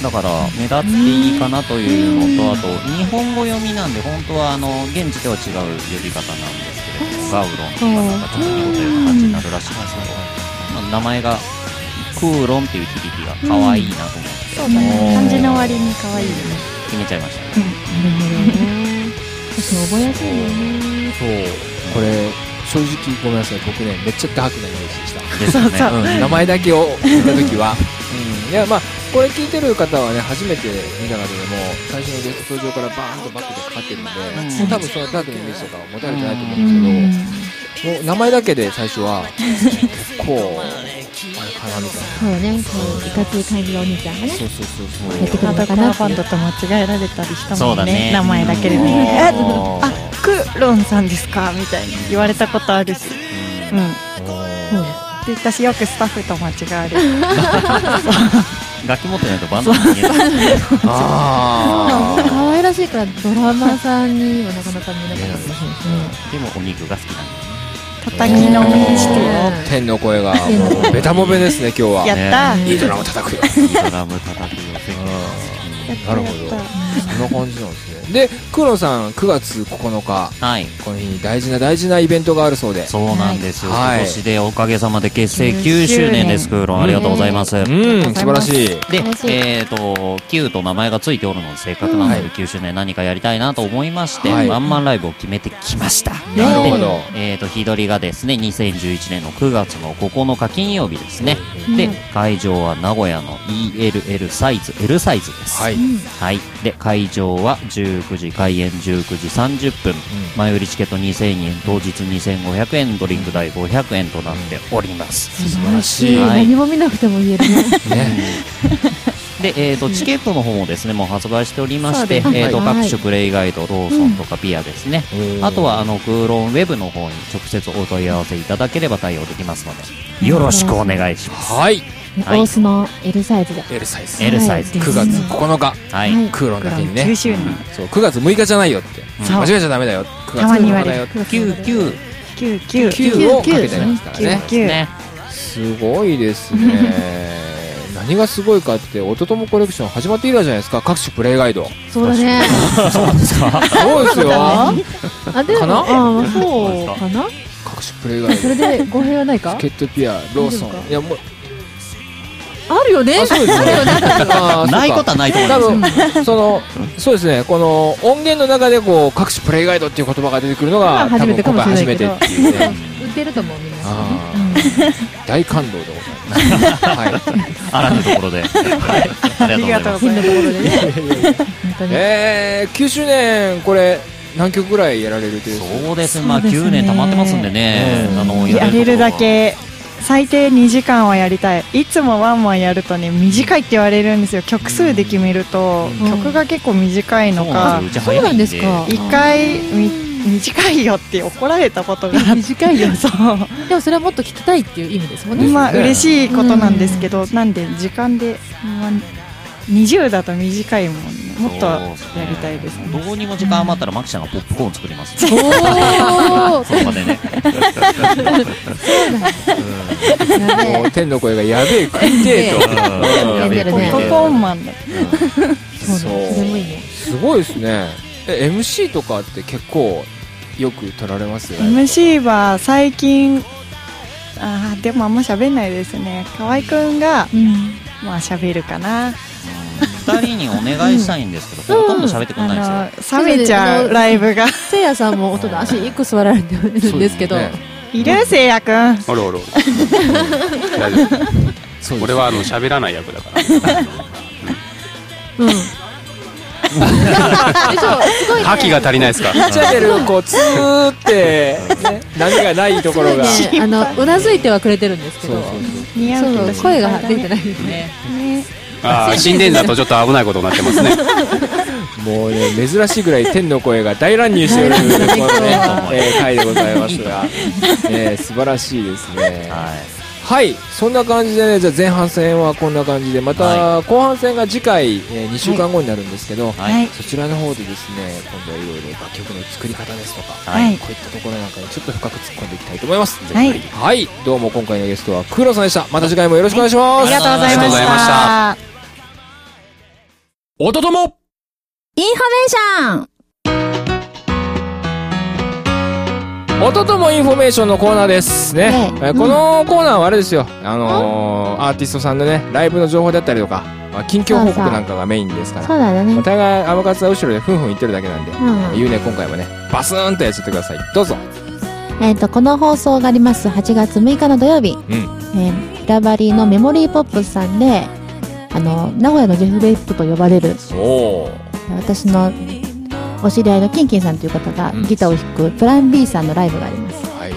[SPEAKER 3] すよ、だから目立っていいかなというのとあと日本語読みなんで本当はあの現地では違う呼び方なんですけれどもガウロンとかなんかちょっと日本語という感じになるらしいんですけど、まあ、名前がクーロンっていう響きが可愛いなと思って
[SPEAKER 4] そうだね。漢字の割に可愛いよね。
[SPEAKER 3] 決めちゃいましたね、
[SPEAKER 2] 私覚えやすいよね
[SPEAKER 1] そうこれ正直ごめんなさい僕ねめっちゃダークなイメージでした
[SPEAKER 3] ですよね
[SPEAKER 4] そうそう
[SPEAKER 3] うん
[SPEAKER 1] 名前だけを見た時は、うん、いやまあこれ聞いてる方はね初めて見た中でも最初のゲスト登場からバーンとバックでかかってるんで、
[SPEAKER 3] うん
[SPEAKER 1] 多分そのダークのイメージとかは持たれてないと思うんですけど、もう名前だけで最初は結構あれかなみたい
[SPEAKER 2] そうねこういかつい感じのお兄ちゃんが
[SPEAKER 1] な
[SPEAKER 2] ね
[SPEAKER 1] そうそうそうそう
[SPEAKER 2] やってくる
[SPEAKER 4] ま
[SPEAKER 2] の
[SPEAKER 4] た
[SPEAKER 2] か
[SPEAKER 4] カラ
[SPEAKER 2] な
[SPEAKER 4] ーバンドと間違えられたりした
[SPEAKER 3] そ
[SPEAKER 4] も
[SPEAKER 3] うんだ
[SPEAKER 4] ね
[SPEAKER 3] ね
[SPEAKER 4] 名前だけで
[SPEAKER 1] う
[SPEAKER 4] ねえ
[SPEAKER 1] ん
[SPEAKER 4] あクロンさんですかみたいに言われたことあるしうん
[SPEAKER 2] そう
[SPEAKER 4] で私よくスタッフと間違われる
[SPEAKER 3] 楽器持ってないとバンド名見えない
[SPEAKER 1] あー
[SPEAKER 2] 可愛らしいからドラマーさんにはなかなか見えなかったかもし
[SPEAKER 3] でもお肉が好きなんで
[SPEAKER 4] 叩きのミス
[SPEAKER 2] うん
[SPEAKER 1] 天の声がもうベタボベですね今日
[SPEAKER 4] やっ
[SPEAKER 1] は
[SPEAKER 4] た
[SPEAKER 1] いいドラム叩くよ
[SPEAKER 3] いいドラム叩くよ
[SPEAKER 4] やった
[SPEAKER 1] なるほど
[SPEAKER 4] やっ
[SPEAKER 1] そんな感じなんですねでクロさん9月9日
[SPEAKER 3] はい
[SPEAKER 1] この日に大事な大事なイベントがあるそうで
[SPEAKER 3] そうなんですよ、
[SPEAKER 1] はい
[SPEAKER 3] 今年でおかげさまで結成9周年です、クーロン、ありがとうございます。
[SPEAKER 1] うん、素晴らしい。
[SPEAKER 3] で
[SPEAKER 2] 嬉し、い
[SPEAKER 3] えっ、と、Q と名前がついておるので、せっかくなの
[SPEAKER 1] うん
[SPEAKER 3] で9周年何かやりたいなと思いまして、
[SPEAKER 1] はい
[SPEAKER 3] ワンマンライブを決めてきました。
[SPEAKER 1] なるほど。
[SPEAKER 3] えっ、と、日取りがですね、2011年の9月の9日金曜日ですね。で、会場は名古屋の ELL サイズ、L サイズです。
[SPEAKER 1] はい。
[SPEAKER 3] はい、で会場は19時開演19時30分、前売りチケット2000円当日2500円ドリンク代500円となっております、
[SPEAKER 1] 素晴らし
[SPEAKER 2] れ
[SPEAKER 1] い。
[SPEAKER 2] ない
[SPEAKER 3] はい
[SPEAKER 2] 何も見なくても言えるね
[SPEAKER 1] ね。
[SPEAKER 3] で、えー、とチケットの方もですねもう発売しておりまして、
[SPEAKER 2] そうですね
[SPEAKER 3] えー、と
[SPEAKER 2] はい
[SPEAKER 3] 各種プレイガイドローソンとかピアですね、あとはあのクーロンウェブの方に直接お問い合わせいただければ対応できますのでよろしくお願いします
[SPEAKER 1] はい。
[SPEAKER 3] はい
[SPEAKER 2] 大須の L サイズで
[SPEAKER 1] L サイズ。
[SPEAKER 3] L サイズ
[SPEAKER 2] は
[SPEAKER 1] 9
[SPEAKER 2] い
[SPEAKER 1] 月9日。
[SPEAKER 3] はい、
[SPEAKER 2] はい
[SPEAKER 1] クーロンだけにね
[SPEAKER 4] 9。周年
[SPEAKER 1] そう、9月6日じゃないよって。
[SPEAKER 4] そ
[SPEAKER 1] 間
[SPEAKER 4] う
[SPEAKER 1] 違えちゃダメだよ。9
[SPEAKER 4] たま
[SPEAKER 1] 月
[SPEAKER 4] に
[SPEAKER 1] 9
[SPEAKER 4] 言わ
[SPEAKER 1] 日だ
[SPEAKER 4] れ
[SPEAKER 1] よ
[SPEAKER 4] る。
[SPEAKER 3] 99
[SPEAKER 4] 99
[SPEAKER 1] 9をかけてますからね。
[SPEAKER 4] 99
[SPEAKER 3] ね
[SPEAKER 1] すごいです [laughs] ね。何がすごいかって、おとともコレクション始まって以来じゃないですか。各種プレイ [laughs] ガイド。
[SPEAKER 2] そうだね
[SPEAKER 1] そうですよ。
[SPEAKER 2] あでも
[SPEAKER 1] かな
[SPEAKER 2] あーそうかな
[SPEAKER 1] 各種プレイガイド。
[SPEAKER 2] そ
[SPEAKER 1] チ
[SPEAKER 2] れで語弊はないか
[SPEAKER 1] ケットピア、ローソ
[SPEAKER 2] 大丈夫
[SPEAKER 1] ン。
[SPEAKER 2] か
[SPEAKER 1] いや、もう、
[SPEAKER 2] [laughs] あるよね
[SPEAKER 1] あ、そうですね。あー
[SPEAKER 3] ないことはないと思い
[SPEAKER 1] 多
[SPEAKER 3] ます
[SPEAKER 1] 分そのそうですねこの音源の中でこう各種プレイガイドっていう言葉が出てくるのが
[SPEAKER 2] まあ
[SPEAKER 1] 多
[SPEAKER 2] 初め
[SPEAKER 1] 分
[SPEAKER 2] て
[SPEAKER 1] 今回初めて
[SPEAKER 2] か
[SPEAKER 1] っ
[SPEAKER 2] も
[SPEAKER 1] ていうね
[SPEAKER 2] 売ってると思うみんな
[SPEAKER 7] ですよ
[SPEAKER 1] あ
[SPEAKER 7] ね。
[SPEAKER 1] ー大感動でございます。はい。
[SPEAKER 3] あらぬところで。ありがとうございます。
[SPEAKER 7] 変なところでね。本当に。
[SPEAKER 1] えー、9周年、これ、何曲ぐらいやられるという
[SPEAKER 3] そうですね、まあ
[SPEAKER 4] そうですね
[SPEAKER 3] 9年溜まってますんでね、
[SPEAKER 1] うん
[SPEAKER 3] あの
[SPEAKER 4] やれるだ
[SPEAKER 3] とこ
[SPEAKER 4] け最低2時間はやりたいいつもワンマンやるとね短いって言われるんですよ曲数で決めると、
[SPEAKER 7] うん
[SPEAKER 4] 曲が結構短い
[SPEAKER 3] ろ
[SPEAKER 4] の
[SPEAKER 3] そうな
[SPEAKER 4] か
[SPEAKER 3] んですよ
[SPEAKER 7] そうなんですか
[SPEAKER 3] うち早いんで
[SPEAKER 4] 一回み短いよって怒られたことがあって
[SPEAKER 7] [laughs] 短いよ。
[SPEAKER 4] そう
[SPEAKER 7] でもそれはもっと聞きたいっていう意味ですも [laughs] んね。
[SPEAKER 4] まあ
[SPEAKER 1] ですね
[SPEAKER 4] 嬉しいことなんですけど、なんで時間で、まあ、20だと短いもんねもっとやりたいですね
[SPEAKER 3] どうにも時間余ったら、マキちゃんがポップコーン作ります。
[SPEAKER 7] おー
[SPEAKER 3] そこまでね。
[SPEAKER 7] やべ
[SPEAKER 1] も
[SPEAKER 7] え
[SPEAKER 1] う天の声がやべえ、食いてえと。
[SPEAKER 3] やべえ
[SPEAKER 7] やってる
[SPEAKER 4] ポ
[SPEAKER 7] ね
[SPEAKER 4] ップコーンマンだ
[SPEAKER 7] そうねそれもいいね。
[SPEAKER 1] すごいですね。え、MC とかって結構よく取られます
[SPEAKER 4] MC は最近あーでもあんま喋んないですね河合くんが
[SPEAKER 7] うん。
[SPEAKER 4] まあ喋るかな
[SPEAKER 3] 二人にお願いしたいんですけ
[SPEAKER 7] う
[SPEAKER 3] ど、
[SPEAKER 7] ん
[SPEAKER 3] ほとんど喋ってくれないんですよ。
[SPEAKER 4] あの冷めちゃうライブが
[SPEAKER 7] せいやさんも音の足一個座られてるんですけど。
[SPEAKER 1] ね
[SPEAKER 4] いるせいやくん
[SPEAKER 5] あるあるある大丈夫
[SPEAKER 1] そう
[SPEAKER 5] 俺
[SPEAKER 1] は
[SPEAKER 5] はあの喋らない役だから
[SPEAKER 7] うん。でしょすごいね。
[SPEAKER 5] 覇気が足りないですか
[SPEAKER 1] チャンネルこうツーって、ね、波がないところが。
[SPEAKER 7] すごいね。あのうなずいてはくれてるんですけ
[SPEAKER 1] そうそ
[SPEAKER 7] ど
[SPEAKER 1] う。
[SPEAKER 4] 似合うけ
[SPEAKER 7] そ
[SPEAKER 4] ど
[SPEAKER 7] う声が出て
[SPEAKER 4] ない
[SPEAKER 7] ないですね。
[SPEAKER 4] ね
[SPEAKER 5] ああ心電図だとちょっと危ないことになってますね
[SPEAKER 1] そうもうね珍しいぐらい天の声が大乱入してるこのね
[SPEAKER 3] は、い
[SPEAKER 1] えー回でございますが、えー素晴らしいですね。
[SPEAKER 3] はい。
[SPEAKER 1] はい、そんな感じでね、じゃあ前半戦はこんな感じで、また後半戦が次回、えー、2週間後になるんですけど、
[SPEAKER 3] はい。
[SPEAKER 1] そちらの方でですね、今度はいろいろ楽曲の作り方ですとか、
[SPEAKER 3] はい
[SPEAKER 1] こういったところなんかにちょっと深く突っ込んでいきたいと思います。
[SPEAKER 4] はい
[SPEAKER 1] はい、どうも今回のゲストはクロさんでした。また次回もよろしくお願いしま
[SPEAKER 4] あ
[SPEAKER 1] す。
[SPEAKER 4] りがとうございま
[SPEAKER 5] ありがとうございまし
[SPEAKER 4] したた
[SPEAKER 1] おととも
[SPEAKER 2] インフォメーション
[SPEAKER 1] おとともインフォメーションのコーナーですね、えーこのコーナーはあれですよあのーアーティストさんのねライブの情報だったりとか、まあ、近況報告なんかがメインですから
[SPEAKER 2] そうだね
[SPEAKER 1] お。互いアボカツは後ろでふんふん言ってるだけなんで、
[SPEAKER 2] うん
[SPEAKER 1] 言うね今回もねバスーンとやっちゃってくださいどうぞ
[SPEAKER 2] えっ、と、この放送があります8月6日の土曜日、
[SPEAKER 1] うん
[SPEAKER 2] えー、平張りのメモリーポップスさんで、あの、名古屋のジェフ・ベイプと呼ばれる、
[SPEAKER 1] お
[SPEAKER 2] 私のお知り合いのキンキンさんという方が
[SPEAKER 1] うん
[SPEAKER 2] ギターを弾くプラン B さんのライブがあります。
[SPEAKER 1] はい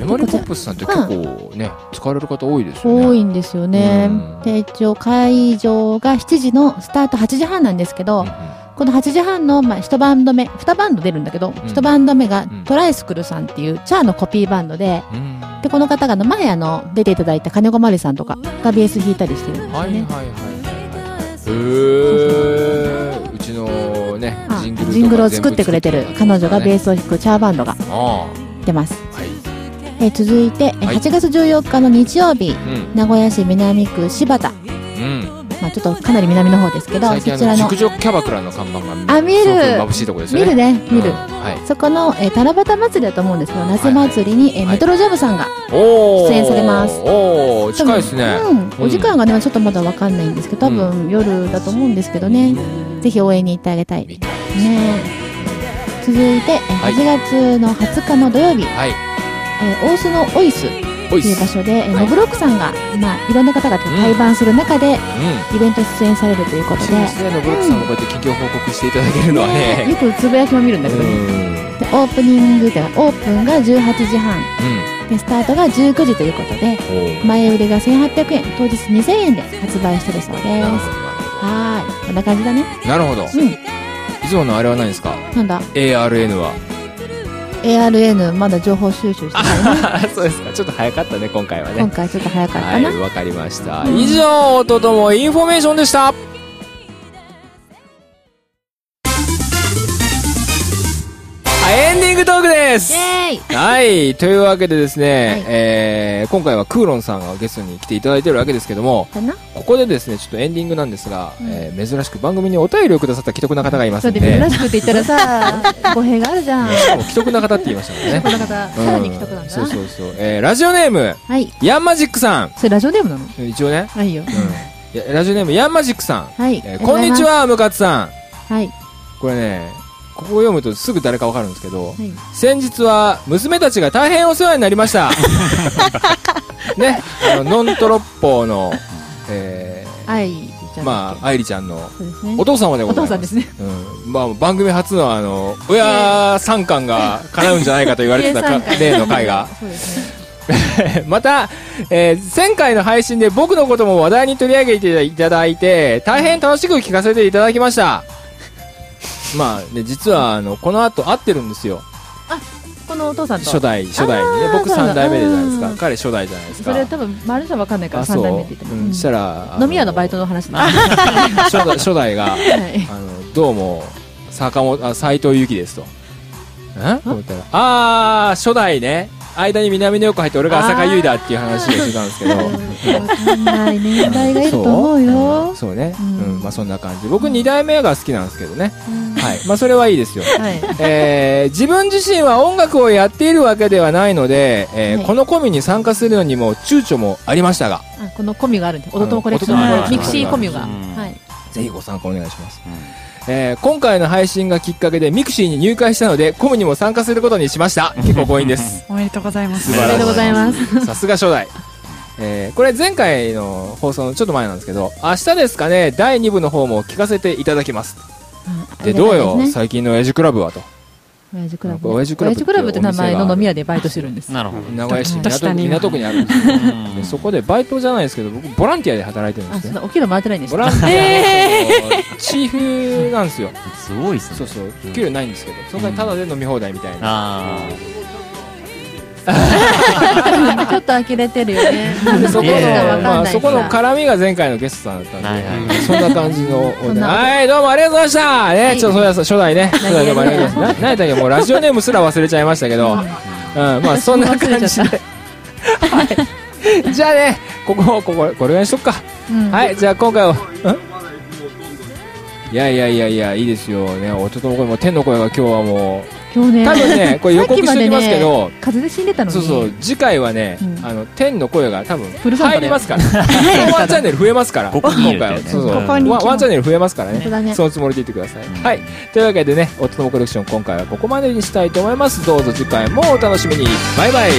[SPEAKER 1] メモリーポップスさんって結構ね、使われる方多いですよね
[SPEAKER 2] 多いんですよね
[SPEAKER 1] うん。
[SPEAKER 2] で、一応会場が7時のスタート8時半なんですけど、
[SPEAKER 1] うんうん
[SPEAKER 2] この8時半の、まあ、一バンド目、二バンド出るんだけど、
[SPEAKER 1] ん
[SPEAKER 2] 一、バンド目が
[SPEAKER 1] ん
[SPEAKER 2] トライスクルさんっていうチャーのコピーバンドで、
[SPEAKER 1] うんは
[SPEAKER 2] で、この方があの前あの、出ていただいた金子まりさんとかがベース弾いたりしてる
[SPEAKER 1] い
[SPEAKER 2] んですよ
[SPEAKER 1] はいはい
[SPEAKER 2] ね。
[SPEAKER 1] はいはいへえうちのね
[SPEAKER 2] あ
[SPEAKER 1] ジングルとか
[SPEAKER 2] ジングルを作ってくれてる彼女がベー
[SPEAKER 1] ス
[SPEAKER 2] スを弾くチャーバンドが
[SPEAKER 1] あ
[SPEAKER 2] 出ます。
[SPEAKER 1] あはい
[SPEAKER 2] えー続いて、えー
[SPEAKER 1] はい
[SPEAKER 2] 8月14日の日曜日、
[SPEAKER 1] うん
[SPEAKER 2] 名古屋市南区柴田、
[SPEAKER 1] うん
[SPEAKER 2] まあ、ちょっとかなり南の方ですけど、
[SPEAKER 1] 最
[SPEAKER 2] そ
[SPEAKER 1] 近あ
[SPEAKER 2] ちら
[SPEAKER 1] の
[SPEAKER 2] の
[SPEAKER 1] 熟、女キャバクラの看板が
[SPEAKER 2] あ見える
[SPEAKER 1] すごく眩しいとこですよ
[SPEAKER 2] 見る
[SPEAKER 1] ね
[SPEAKER 2] ね、見る。
[SPEAKER 1] うんはい
[SPEAKER 2] そこの、えー、七夕祭りだと思うんですけど、夏祭りに、
[SPEAKER 1] は
[SPEAKER 2] えー
[SPEAKER 1] い
[SPEAKER 2] メトロジョブさんが、
[SPEAKER 1] おー
[SPEAKER 2] 出演されます
[SPEAKER 1] おお近いですね
[SPEAKER 2] うん、お時間がね、ちょっとまだわかんないんですけど、多分夜だと思うんですけどね。ぜひ応援に行ってあげたい。ね
[SPEAKER 1] 見たい
[SPEAKER 2] 続いて、え
[SPEAKER 1] はい
[SPEAKER 2] 8月の20日の土曜日、
[SPEAKER 1] はい
[SPEAKER 2] えー大須のオイスって
[SPEAKER 1] おいっ
[SPEAKER 2] いう場
[SPEAKER 1] す
[SPEAKER 2] 所で、えー
[SPEAKER 1] はい
[SPEAKER 2] ノブロックさんが、まあ、いろんな方が対バンする中
[SPEAKER 1] う
[SPEAKER 2] で、
[SPEAKER 1] ん
[SPEAKER 2] イベント出演されるということで、
[SPEAKER 1] 新生のブロックさんもこうやって近況報告していただけるのは
[SPEAKER 2] ね
[SPEAKER 1] ね
[SPEAKER 2] よくつぶやきも見るんだ
[SPEAKER 1] う
[SPEAKER 2] け
[SPEAKER 1] ん
[SPEAKER 2] どね。でオープニングでは、オープンが18時半、で、スタートが19時ということで、
[SPEAKER 1] うんおー
[SPEAKER 2] 前売りが1800円、当日2000円で発売してるそうです。
[SPEAKER 1] なるほ
[SPEAKER 2] はーい。こんな感じだね。
[SPEAKER 1] どなるほど
[SPEAKER 2] うん。
[SPEAKER 1] いつものあれはないんですか
[SPEAKER 2] なんだ
[SPEAKER 1] ARN [laughs] は
[SPEAKER 2] ?ARN まだ情報収集してないね。
[SPEAKER 1] そうですかちょっと早かったね今回は
[SPEAKER 2] 今回ちょっと早かった
[SPEAKER 1] はい
[SPEAKER 2] な。
[SPEAKER 1] わかりました以上おとともインフォメーションでしたあエンディングトークです
[SPEAKER 2] イェーイ
[SPEAKER 1] はい。というわけでですね、
[SPEAKER 2] はい
[SPEAKER 1] えー今回はクーロンさんがゲストに来ていただいてるわけですけども、
[SPEAKER 2] だな。
[SPEAKER 1] ここでですね、ちょっとエンディングなんですが、えー珍しく番組にお便りをくださった既得な方がいま
[SPEAKER 7] そ
[SPEAKER 1] す
[SPEAKER 7] れ
[SPEAKER 1] の
[SPEAKER 7] で珍
[SPEAKER 1] で、
[SPEAKER 7] しくって言ったら
[SPEAKER 1] [laughs]
[SPEAKER 7] さ、語弊があるじゃん。
[SPEAKER 1] しかも既得な方って言いましたもんね。
[SPEAKER 7] この
[SPEAKER 2] [laughs]
[SPEAKER 7] 方、さらに既得なん
[SPEAKER 1] うん
[SPEAKER 7] だ
[SPEAKER 1] そう
[SPEAKER 7] な。
[SPEAKER 1] そうそう。えーラジオネーム、
[SPEAKER 2] はい。
[SPEAKER 1] ヤンマジックさん。
[SPEAKER 7] それラジオネームなの
[SPEAKER 1] 一応ね、
[SPEAKER 7] ないよ。
[SPEAKER 1] いやラジオネームヤンマジックさん。
[SPEAKER 2] はい。
[SPEAKER 1] えーこんにちは、ムカツさん。
[SPEAKER 2] ありがとうございます。はい。
[SPEAKER 1] これね、ここを読むとすぐ誰かわかるんですけど、
[SPEAKER 2] い
[SPEAKER 1] 先日は娘たちが大変お世話になりました
[SPEAKER 2] [laughs]
[SPEAKER 1] ねあのノントロッポーの、え
[SPEAKER 2] 愛ちゃ
[SPEAKER 1] ー
[SPEAKER 2] ん
[SPEAKER 1] まあ愛理ちゃんの
[SPEAKER 2] あそうですね
[SPEAKER 1] お父様でご
[SPEAKER 2] お
[SPEAKER 1] ざいま
[SPEAKER 2] 父
[SPEAKER 1] す
[SPEAKER 2] さんですね
[SPEAKER 1] うんまあ、番組初のあの親参観が叶うんじゃないかと言われて
[SPEAKER 2] [laughs]
[SPEAKER 1] たか例の回が
[SPEAKER 2] そうですね
[SPEAKER 1] [laughs] また、えー前回の配信で僕のことも話題に取り上げていただいて大変楽しく聞かせていただきま
[SPEAKER 2] [laughs]
[SPEAKER 1] したまあね実はあのこの後会ってるんですよ
[SPEAKER 2] このお父さんと
[SPEAKER 1] 初代初代にね
[SPEAKER 2] あー
[SPEAKER 1] 僕
[SPEAKER 2] そうだ
[SPEAKER 1] 3代目じゃないです
[SPEAKER 2] う
[SPEAKER 1] か
[SPEAKER 2] ん
[SPEAKER 1] 彼初代じゃないです
[SPEAKER 2] そ
[SPEAKER 1] か
[SPEAKER 2] れは多分丸さんわかんないから
[SPEAKER 1] あそ
[SPEAKER 2] 三
[SPEAKER 1] う
[SPEAKER 2] 代目って言っても、
[SPEAKER 1] うんしたらあ
[SPEAKER 2] 飲み屋のバイトの話なんで
[SPEAKER 1] 初代初代
[SPEAKER 2] [laughs]
[SPEAKER 1] が
[SPEAKER 2] はい
[SPEAKER 1] あのどうも坂本あ斉藤由貴ですと。んと思ったらあー初代ね間に南の横入って俺が浅香唯だっていう話をしてたんですけ
[SPEAKER 2] [laughs]
[SPEAKER 1] ど
[SPEAKER 8] わかんない年代がいると思うよ。
[SPEAKER 1] そうね、う
[SPEAKER 8] うんん
[SPEAKER 1] まあ、そんな感じ僕2代目が好きなんですけどね、はいまあ、それはい
[SPEAKER 8] [laughs]
[SPEAKER 1] いですよ、
[SPEAKER 2] はい
[SPEAKER 1] えー自分自身は音楽をやっているわけではないので、えー
[SPEAKER 2] はい
[SPEAKER 1] このコミュに参加するのにも躊躇もありましたが
[SPEAKER 2] あこのコミュがあるんで、おともコレクショ
[SPEAKER 3] あの
[SPEAKER 2] ン、ミクシーコミュが。
[SPEAKER 3] うん
[SPEAKER 2] はい。
[SPEAKER 1] ぜひご参考お願いします、
[SPEAKER 3] うん
[SPEAKER 1] えー今回の配信がきっかけでミクシーに入会したのでコミュにも参加することにしました結構強引です
[SPEAKER 3] [laughs]
[SPEAKER 4] おめでとうございます
[SPEAKER 1] 素晴
[SPEAKER 2] おめ
[SPEAKER 1] らし
[SPEAKER 2] でとうございます。
[SPEAKER 1] さすが初代。えーこれ前回の放送のちょっと前なんですけど、明日ですかね、第2部の方も聞かせていただきます。で、どうよ、最近の親父クラブはと。
[SPEAKER 2] 親父クラブ。
[SPEAKER 1] 親父クラブって
[SPEAKER 2] 親って名前の飲み屋でバイトしてるんです。
[SPEAKER 3] なるほど。
[SPEAKER 1] 名古屋市
[SPEAKER 4] ちょっ
[SPEAKER 1] 港
[SPEAKER 4] と下
[SPEAKER 1] 区
[SPEAKER 4] に
[SPEAKER 1] 港区にあるんですよ
[SPEAKER 3] うん
[SPEAKER 1] でそこでバイトじゃないですけど、僕、ボランティアで働いてるん
[SPEAKER 2] あ、
[SPEAKER 1] です
[SPEAKER 2] そん
[SPEAKER 1] ね。
[SPEAKER 2] な、お給料回ってないんです
[SPEAKER 1] ボ
[SPEAKER 2] か
[SPEAKER 1] ランティアのチーフなんですよ。
[SPEAKER 3] すごいですね。
[SPEAKER 1] そうそう、給料ないんですけど、そんなにタダで飲み放題みたいな。
[SPEAKER 3] あ
[SPEAKER 2] ちょっと呆れてるよ
[SPEAKER 1] [laughs]
[SPEAKER 2] ね。
[SPEAKER 1] でそこの、
[SPEAKER 3] いやいやいや
[SPEAKER 1] まあ、そこの
[SPEAKER 2] か
[SPEAKER 1] 絡みが前回のゲストさんだったんで、
[SPEAKER 3] はいはい
[SPEAKER 5] はい
[SPEAKER 1] そんな感じの、
[SPEAKER 2] そんな
[SPEAKER 1] はい、どうもありがとうございました。ね、
[SPEAKER 2] い
[SPEAKER 1] ちょっとそうや、初代ね、初代どうもありがとうございました。な何やったっけ、もうラジオネームすら忘れちゃいましたけど、うん、まあ、そんな感じで。はい。じゃあね、ここ、ここ、これぐらいにしとくか。はい、じゃあ今回は、んいやいやいやいや、いいですよね、弟の声も、天の声が今日はも
[SPEAKER 2] 今日
[SPEAKER 1] う、
[SPEAKER 2] ね、
[SPEAKER 1] 多分ね、これ予告し
[SPEAKER 2] さっき
[SPEAKER 1] て
[SPEAKER 2] ま
[SPEAKER 1] おき [laughs]
[SPEAKER 2] でね
[SPEAKER 1] ますけど、
[SPEAKER 2] 風邪で死んでたのに。
[SPEAKER 1] そうそう次回はね、
[SPEAKER 2] うん
[SPEAKER 1] あの天の声が多分
[SPEAKER 2] フルサンバ
[SPEAKER 1] 入
[SPEAKER 2] だ
[SPEAKER 1] り
[SPEAKER 2] よ
[SPEAKER 1] ますからワンチャンネル増えますから
[SPEAKER 3] ここに入れて
[SPEAKER 1] は
[SPEAKER 3] ね
[SPEAKER 1] そうそう
[SPEAKER 3] ここ
[SPEAKER 4] に
[SPEAKER 1] ワンワンチャンネル増えますからね
[SPEAKER 8] 本当だね
[SPEAKER 1] そのつもりでいてください、
[SPEAKER 3] ん
[SPEAKER 1] はいというわけでね「おつともコレクション」今回はここまでにしたいと思いますどうぞ次回もお楽しみにバイバイ